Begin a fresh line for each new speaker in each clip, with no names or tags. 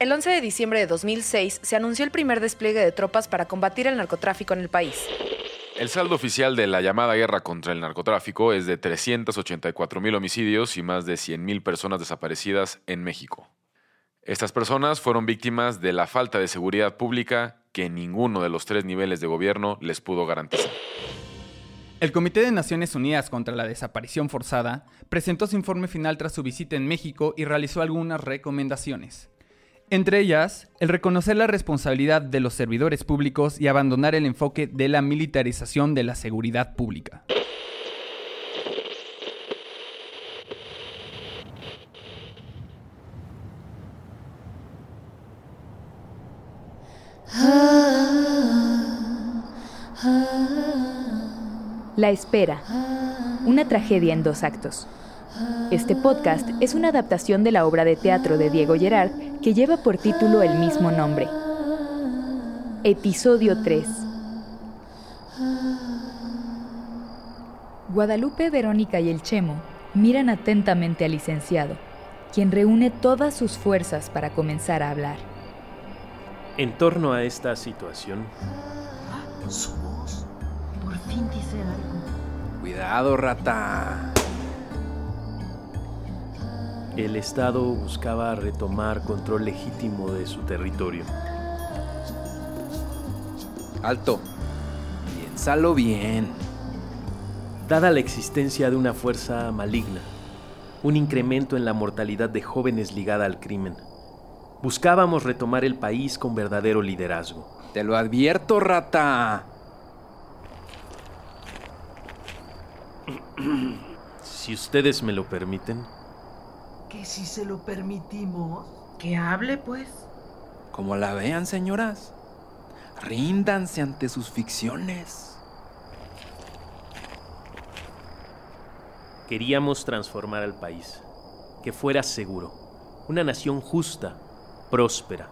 el 11 de diciembre de 2006 se anunció el primer despliegue de tropas para combatir el narcotráfico en el país.
El saldo oficial de la llamada guerra contra el narcotráfico es de 384 mil homicidios y más de 100 mil personas desaparecidas en México. Estas personas fueron víctimas de la falta de seguridad pública que ninguno de los tres niveles de gobierno les pudo garantizar.
El Comité de Naciones Unidas contra la Desaparición Forzada presentó su informe final tras su visita en México y realizó algunas recomendaciones. Entre ellas, el reconocer la responsabilidad de los servidores públicos y abandonar el enfoque de la militarización de la seguridad pública.
La espera. Una tragedia en dos actos. Este podcast es una adaptación de la obra de teatro de Diego Gerard que lleva por título el mismo nombre. Episodio 3. Guadalupe, Verónica y el Chemo miran atentamente al licenciado, quien reúne todas sus fuerzas para comenzar a hablar.
En torno a esta situación,
Su voz. Por fin dice algo.
Cuidado, rata.
el Estado buscaba retomar control legítimo de su territorio.
Alto. Piénsalo bien.
Dada la existencia de una fuerza maligna, un incremento en la mortalidad de jóvenes ligada al crimen, buscábamos retomar el país con verdadero liderazgo.
Te lo advierto, rata.
Si ustedes me lo permiten,
Que si se lo permitimos. Que hable, pues.
Como la vean, señoras. Ríndanse ante sus ficciones.
queríamos transformar al país, que fuera seguro, una nación justa, próspera.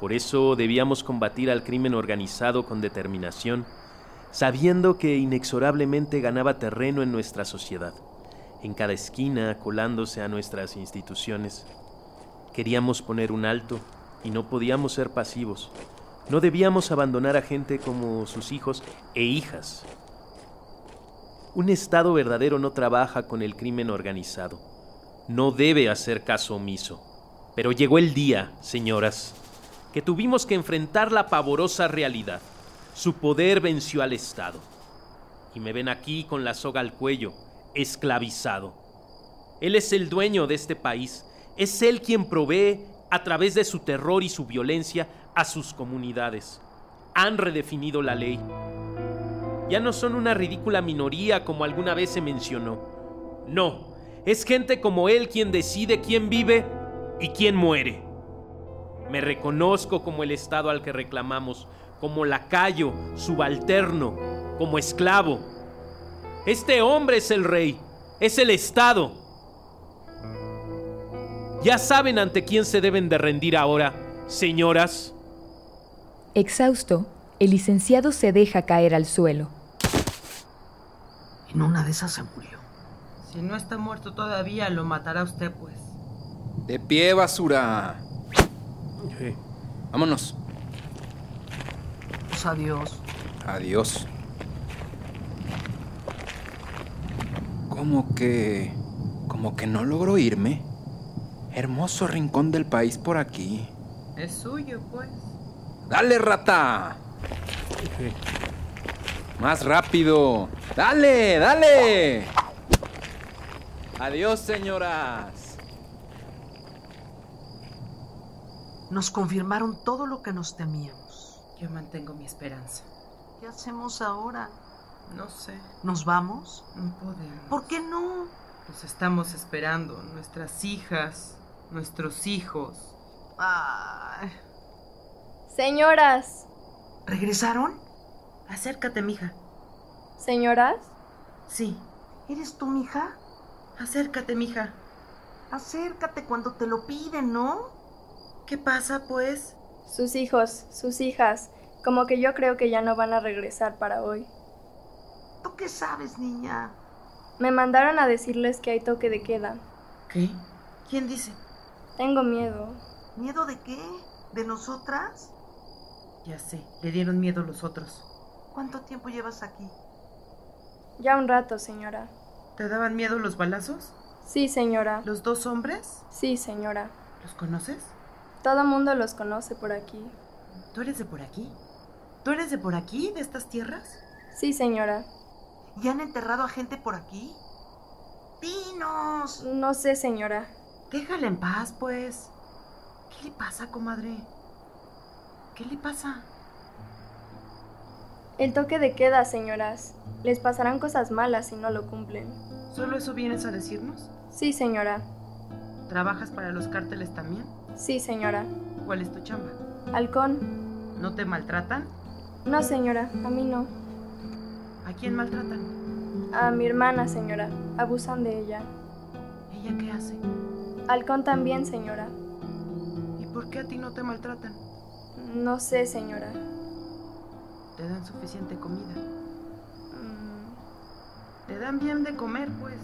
Por eso debíamos combatir al crimen organizado con determinación, sabiendo que inexorablemente ganaba terreno en nuestra sociedad, en cada esquina colándose a nuestras instituciones. Queríamos poner un alto y no podíamos ser pasivos. No debíamos abandonar a gente como sus hijos e hijas. Un Estado verdadero no trabaja con el crimen organizado. No debe hacer caso omiso. Pero llegó el día, señoras, que tuvimos que enfrentar la pavorosa realidad. Su poder venció al Estado. Y me ven aquí con la soga al cuello, esclavizado. Él es el dueño de este país. Es él quien provee, a través de su terror y su violencia, a sus comunidades. Han redefinido la ley ya no son una ridícula minoría como alguna vez se mencionó. No, es gente como él quien decide quién vive y quién muere. Me reconozco como el Estado al que reclamamos, como lacayo, subalterno, como esclavo. Este hombre es el rey, es el Estado. Ya saben ante quién se deben de rendir ahora, señoras.
Exhausto, el licenciado se deja caer al suelo.
En una de esas se murió.
Si no está muerto todavía, lo matará usted, pues.
De pie, basura. Vámonos.
Pues adiós.
Adiós. Como que... Como que no logro irme. Hermoso rincón del país por aquí.
Es suyo, pues.
¡Dale, rata! Más rápido. ¡Dale, dale! Adiós, señoras.
Nos confirmaron todo lo que nos temíamos.
Yo mantengo mi esperanza.
¿Qué hacemos ahora?
No sé,
¿Nos vamos?
no podemos.
¿Por qué no?
Los estamos esperando, nuestras hijas, nuestros hijos.
Ay,
Señoras,
¿Regresaron?
Acércate, mija.
señoras,
Sí,
¿Eres tú, mija?
acércate, mija.
Acércate cuando te lo piden, ¿no?
¿Qué pasa, pues?
sus hijos, sus hijas, como que yo creo que ya no van a regresar para hoy.
¿Tú qué sabes, niña?
Me mandaron a decirles que hay toque de queda.
¿Qué? ¿Quién dice?
Tengo miedo.
¿Miedo de qué? ¿De nosotras?
Ya sé, le dieron miedo los otros.
¿Cuánto tiempo llevas aquí?
Ya un rato, señora.
¿Te daban miedo los balazos?
Sí, señora.
¿Los dos hombres?
Sí, señora.
¿Los conoces?
Todo mundo los conoce por aquí.
¿Tú eres de por aquí? ¿Tú eres de por aquí, de estas tierras?
Sí, señora.
¿Y han enterrado a gente por aquí? ¡Dinos!
No sé, señora.
Déjala en paz, pues. ¿Qué le pasa, comadre? ¿Qué le pasa?
El toque de queda, señoras. Les pasarán cosas malas si no lo cumplen.
¿Solo eso vienes a decirnos?
Sí, señora.
¿Trabajas para los cárteles también?
Sí, señora.
¿Cuál es tu chamba?
Halcón.
¿No te maltratan?
No, señora. A mí no.
¿A quién maltratan?
A mi hermana, señora. Abusan de ella.
¿Ella qué hace?
Halcón también, señora.
¿Y por qué a ti no te maltratan?
No sé, señora.
Te dan suficiente comida.
Mm,
Te dan bien de comer, pues.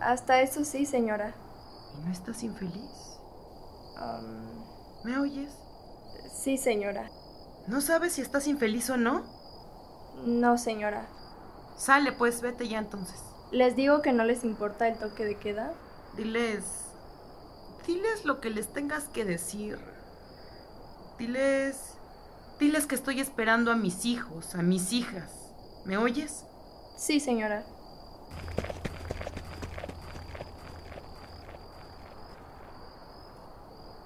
hasta eso sí, señora.
¿Y no estás infeliz?
Um,
¿Me oyes?
sí, señora.
¿No sabes si estás infeliz o no?
No, señora.
Sale, pues, vete ya entonces.
¿Les digo que no les importa el toque de queda?
Diles. Diles lo que les tengas que decir. Diles. Diles que estoy esperando a mis hijos, a mis hijas. ¿Me oyes?
Sí, señora.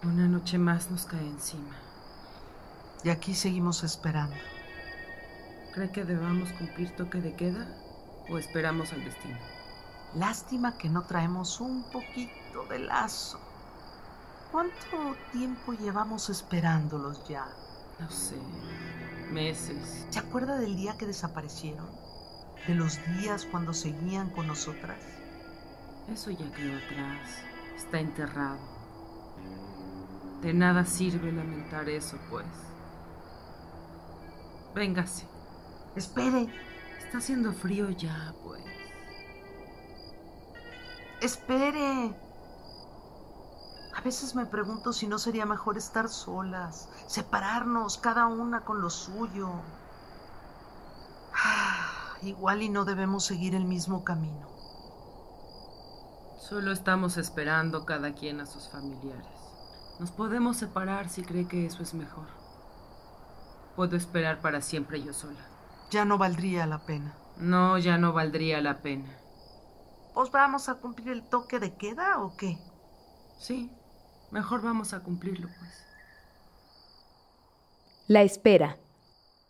Una noche más nos cae encima.
Y aquí seguimos esperando.
¿Cree que debamos cumplir toque de queda o esperamos al destino?
Lástima que no traemos un poquito de lazo. ¿Cuánto tiempo llevamos esperándolos ya?
No sé. Meses.
¿Se acuerda del día que desaparecieron? ¿De los días cuando seguían con nosotras?
Eso ya quedó atrás. Está enterrado. De nada sirve lamentar eso, pues. Véngase.
Espere,
Está haciendo frío ya, pues.
espere. A veces me pregunto si no sería mejor estar solas, separarnos cada una con lo suyo. Ah, Igual y no debemos seguir el mismo camino.
Solo estamos esperando cada quien a sus familiares. Nos podemos separar si cree que eso es mejor. Puedo esperar para siempre yo sola.
Ya no valdría la pena.
No, ya no valdría la pena.
¿Os vamos a cumplir el toque de queda o qué?
Sí, mejor vamos a cumplirlo, pues.
La espera.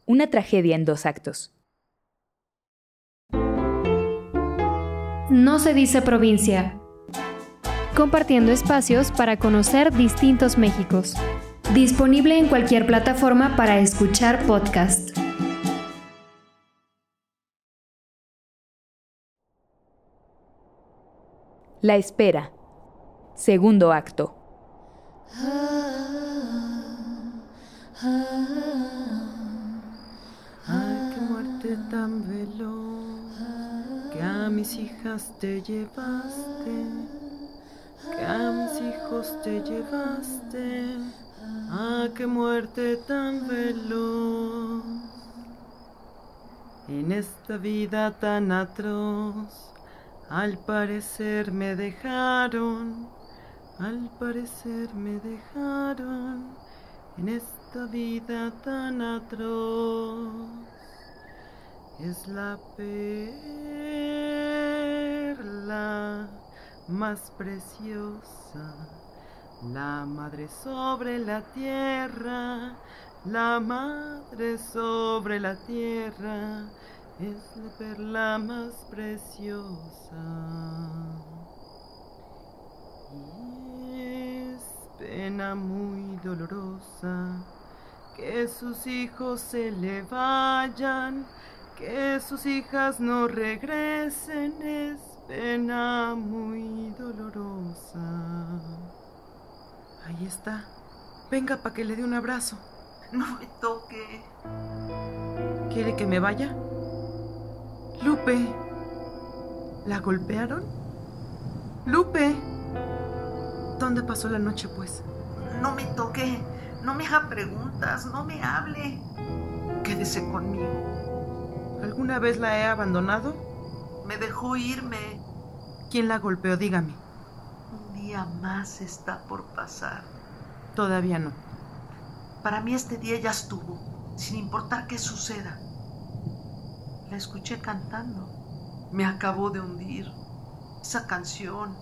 Una tragedia en dos actos.
No se dice provincia. Compartiendo espacios para conocer distintos Méxicos. Disponible en cualquier plataforma para escuchar podcast.
La espera. Segundo acto.
Ay, qué muerte tan veloz que a mis hijas te llevaste, que a mis hijos te llevaste. Ah, qué muerte tan veloz. En esta vida tan atroz, al parecer me dejaron, al parecer me dejaron. En esta vida tan atroz es la perla más preciosa, la madre sobre la tierra, la madre sobre la tierra es la perla más preciosa. Y es pena muy dolorosa que sus hijos se le vayan, que sus hijas no regresen, es pena muy dolorosa. Ahí está. Venga para que le dé un abrazo.
No me toque.
¿Quiere que me vaya? Lupe. ¿La golpearon? Lupe. ¿Dónde pasó la noche, pues?
no me toque, no me haga preguntas, no me hable. Quédese conmigo.
¿Alguna vez la he abandonado?
Me dejó irme.
¿Quién la golpeó? Dígame.
Un día más está por pasar.
Todavía no.
Para mí este día ya estuvo, sin importar qué suceda. La escuché cantando. Me acabó de hundir. Esa canción.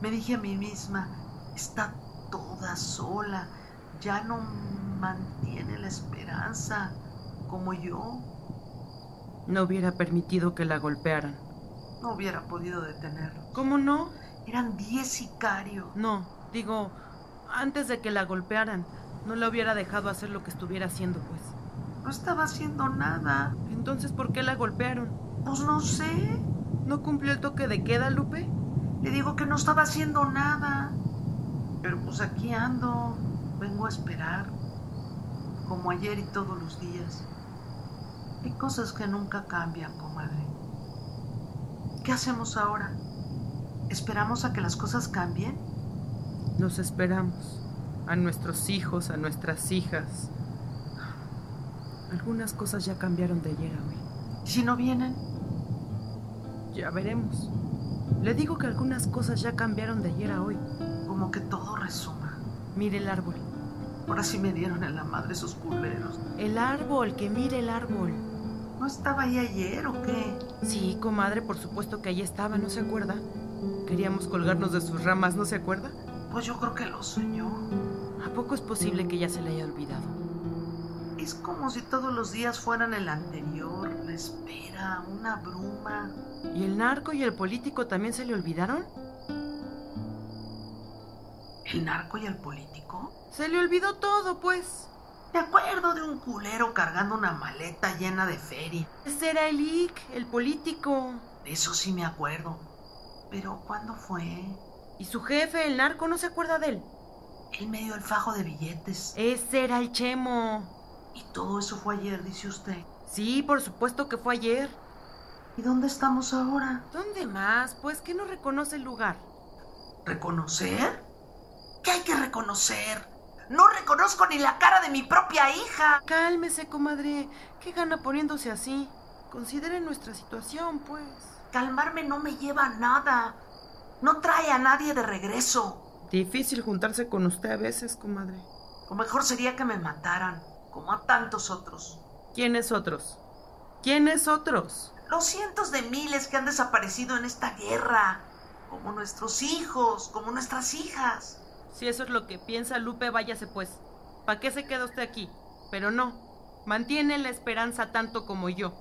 Me dije a mí misma, está toda sola. Ya no mantiene la esperanza como yo.
No hubiera permitido que la golpearan.
No hubiera podido detenerlo.
¿Cómo no?
Eran diez sicarios.
No, digo, antes de que la golpearan, no la hubiera dejado hacer lo que estuviera haciendo, pues.
No estaba haciendo nada.
Entonces, ¿por qué la golpearon?
Pues no sé.
¿No cumplió el toque de queda, Lupe?
Le digo que no estaba haciendo nada. Pero pues aquí ando. Vengo a esperar. Como ayer y todos los días. Hay cosas que nunca cambian, comadre. ¿Qué hacemos ahora? ¿Esperamos a que las cosas cambien?
Los esperamos. A nuestros hijos, a nuestras hijas. Algunas cosas ya cambiaron de ayer a hoy.
¿Y si no vienen?
Ya veremos. Le digo que algunas cosas ya cambiaron de ayer a hoy.
Como que todo resuma.
Mire el árbol.
Ahora sí me dieron en la madre esos culeros.
El árbol, que mire el árbol.
¿No estaba ahí ayer o qué?
Sí, comadre, por supuesto que ahí estaba, ¿no se acuerda? Queríamos colgarnos de sus ramas, ¿no se acuerda?
Pues yo creo que lo soñó.
¿A poco es posible que ya se le haya olvidado?
Es como si todos los días fueran el anterior, la espera, una bruma.
¿Y el narco y el político también se le olvidaron?
¿El narco y el político?
Se le olvidó todo, pues.
Me acuerdo de un culero cargando una maleta llena de feria.
Ese era el IC, el político.
De eso sí me acuerdo. Pero ¿cuándo fue?
¿Y su jefe, el narco, no se acuerda de él?
Él me dio el fajo de billetes.
Ese era el chemo.
Y todo eso fue ayer, dice usted.
Sí, por supuesto que fue ayer.
¿Y dónde estamos ahora?
¿Dónde más? Pues que no reconoce el lugar.
¿Reconocer? ¿Qué hay que reconocer? No reconozco ni la cara de mi propia hija.
Cálmese, comadre. ¿Qué gana poniéndose así? Considere nuestra situación, pues.
Calmarme no me lleva a nada. No trae a nadie de regreso.
Difícil juntarse con usted a veces, comadre.
O mejor sería que me mataran como a tantos otros.
¿Quiénes otros? ¿Quiénes otros?
Los cientos de miles que han desaparecido en esta guerra, como nuestros hijos, como nuestras hijas.
Si eso es lo que piensa Lupe, váyase pues. ¿Para qué se queda usted aquí? Pero no, mantiene la esperanza tanto como yo.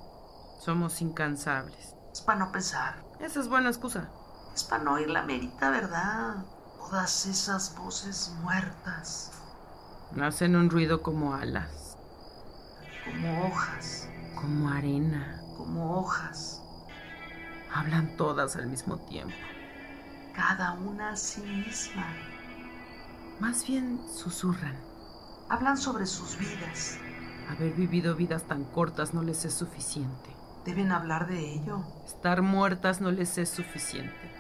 Somos incansables.
Es para no pensar.
Esa es buena excusa.
Es para no oír la merita verdad. Todas esas voces muertas.
Hacen un ruido como alas
como hojas,
como arena,
como hojas.
Hablan todas al mismo tiempo,
cada una a sí misma.
Más bien susurran.
Hablan sobre sus vidas.
Haber vivido vidas tan cortas no les es suficiente.
Deben hablar de ello.
Estar muertas no les es suficiente.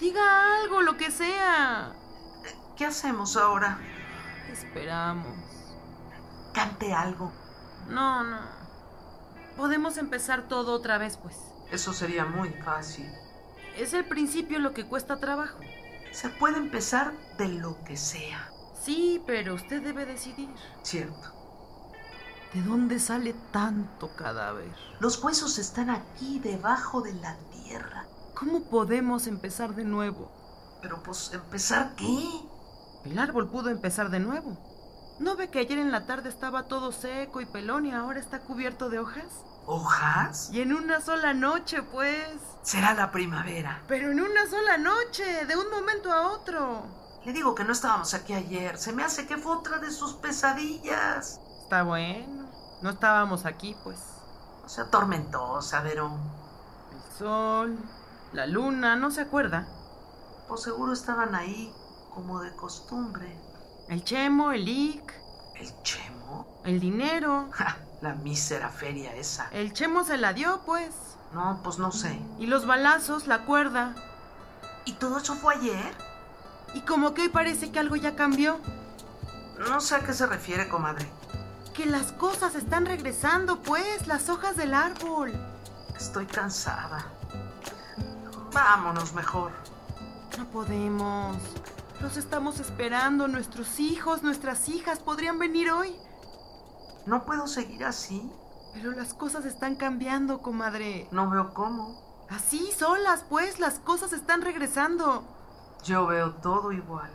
Diga algo, lo que sea.
¿Qué hacemos ahora?
Esperamos
cante algo.
No, no. Podemos empezar todo otra vez, pues.
Eso sería muy fácil.
Es el principio lo que cuesta trabajo.
Se puede empezar de lo que sea.
Sí, pero usted debe decidir.
Cierto.
¿De dónde sale tanto cadáver?
Los huesos están aquí, debajo de la tierra.
¿Cómo podemos empezar de nuevo?
Pero pues, ¿empezar qué?
El árbol pudo empezar de nuevo. ¿No ve que ayer en la tarde estaba todo seco y pelón y ahora está cubierto de hojas?
¿Hojas?
Y en una sola noche, pues.
Será la primavera.
Pero en una sola noche, de un momento a otro.
Le digo que no estábamos aquí ayer. Se me hace que fue otra de sus pesadillas.
Está bueno. No estábamos aquí, pues.
O sea, tormentosa, Verón.
El sol, la luna, ¿no se acuerda?
Pues seguro estaban ahí, como de costumbre.
El chemo, el IC.
¿El chemo?
El dinero.
Ja, la mísera feria esa.
El chemo se la dio, pues.
No, pues no sé.
Y los balazos, la cuerda.
¿Y todo eso fue ayer?
Y como que hoy parece que algo ya cambió.
No sé a qué se refiere, comadre.
Que las cosas están regresando, pues, las hojas del árbol.
Estoy cansada. Vámonos mejor.
No podemos. Los estamos esperando. Nuestros hijos, nuestras hijas podrían venir hoy.
No puedo seguir así.
Pero las cosas están cambiando, comadre.
No veo cómo.
Así, solas, pues, las cosas están regresando.
Yo veo todo igual.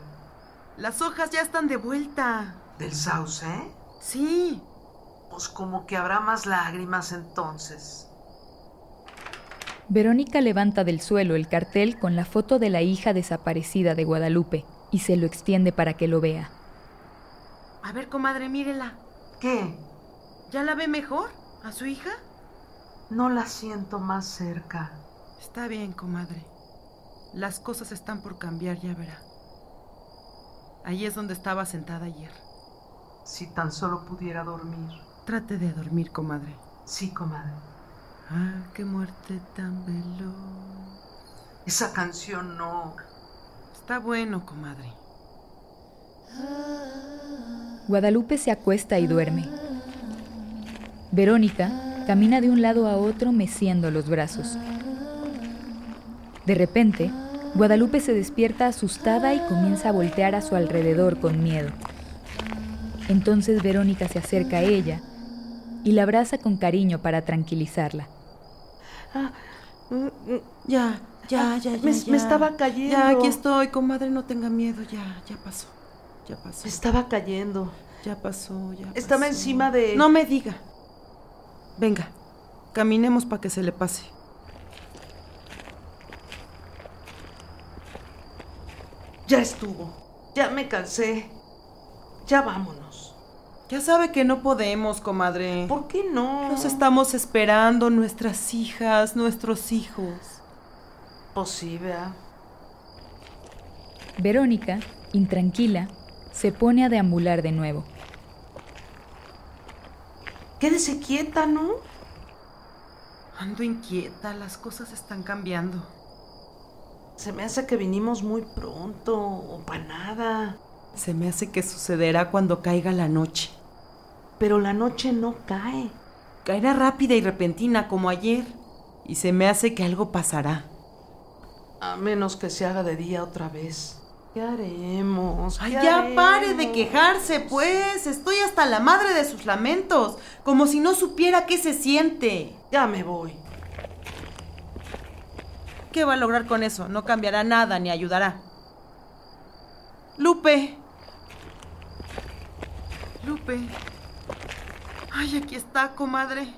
Las hojas ya están de vuelta.
¿Del sauce? eh?
Sí.
Pues como que habrá más lágrimas entonces.
Verónica levanta del suelo el cartel con la foto de la hija desaparecida de Guadalupe y se lo extiende para que lo vea.
A ver, comadre, mírela.
¿Qué?
¿Ya la ve mejor? ¿A su hija?
No la siento más cerca.
Está bien, comadre. Las cosas están por cambiar, ya verá. Ahí es donde estaba sentada ayer.
Si tan solo pudiera dormir.
Trate de dormir, comadre.
Sí, comadre.
Ah, qué muerte tan veloz.
Esa canción no.
Está bueno, comadre.
Guadalupe se acuesta y duerme. Verónica camina de un lado a otro meciendo los brazos. De repente, Guadalupe se despierta asustada y comienza a voltear a su alrededor con miedo. Entonces Verónica se acerca a ella y la abraza con cariño para tranquilizarla.
Mm,
Ya, ya, ya, ya.
me,
ya.
me estaba cayendo.
Ya, aquí estoy, comadre, no tenga miedo, ya, ya pasó. Ya pasó.
Me estaba cayendo.
Ya pasó, ya pasó.
Estaba encima de-
No me diga. Venga, caminemos para que se le pase.
Ya estuvo. Ya me cansé. Ya vámonos.
Ya sabe que no podemos, comadre.
¿Por qué no?
Nos estamos esperando nuestras hijas, nuestros hijos.
Pues posible.
Verónica, intranquila, se pone a deambular de nuevo.
Quédese quieta, ¿no?
Ando inquieta, las cosas están cambiando.
Se me hace que vinimos muy pronto o para nada.
Se me hace que sucederá cuando caiga la noche.
Pero la noche no cae.
Caerá rápida y repentina como ayer. Y se me hace que algo pasará.
A menos que se haga de día otra vez. ¿Qué haremos?
Ay,
¿Qué
ya pare de
haremos?
quejarse, pues. Estoy hasta la madre de sus lamentos. Como si no supiera qué se siente.
Ya me voy.
¿Qué va a lograr con eso? No cambiará nada ni ayudará. Lupe. Lupe. Ay, aquí está, comadre.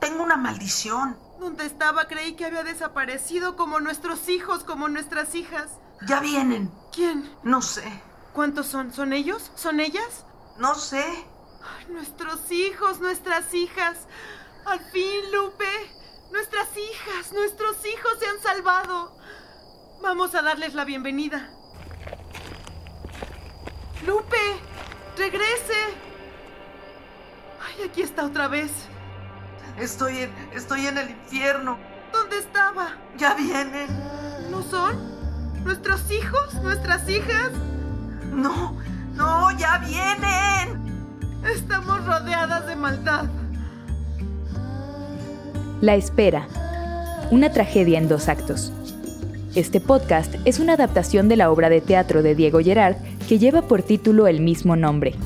Tengo una maldición.
Donde estaba creí que había desaparecido como nuestros hijos, como nuestras hijas.
Ya vienen.
¿Quién?
No sé.
¿Cuántos son? ¿Son ellos? ¿Son ellas?
No sé.
Ay, nuestros hijos, nuestras hijas. Al fin, Lupe. Nuestras hijas, nuestros hijos se han salvado. Vamos a darles la bienvenida. Lupe, regrese. Ay, aquí está otra vez.
Estoy en, estoy en el infierno.
¿Dónde estaba?
Ya vienen.
¿No son? ¿Nuestros hijos? ¿Nuestras hijas?
No, no, ya vienen.
Estamos rodeadas de maldad.
La espera. Una tragedia en dos actos. Este podcast es una adaptación de la obra de teatro de Diego Gerard que lleva por título el mismo nombre.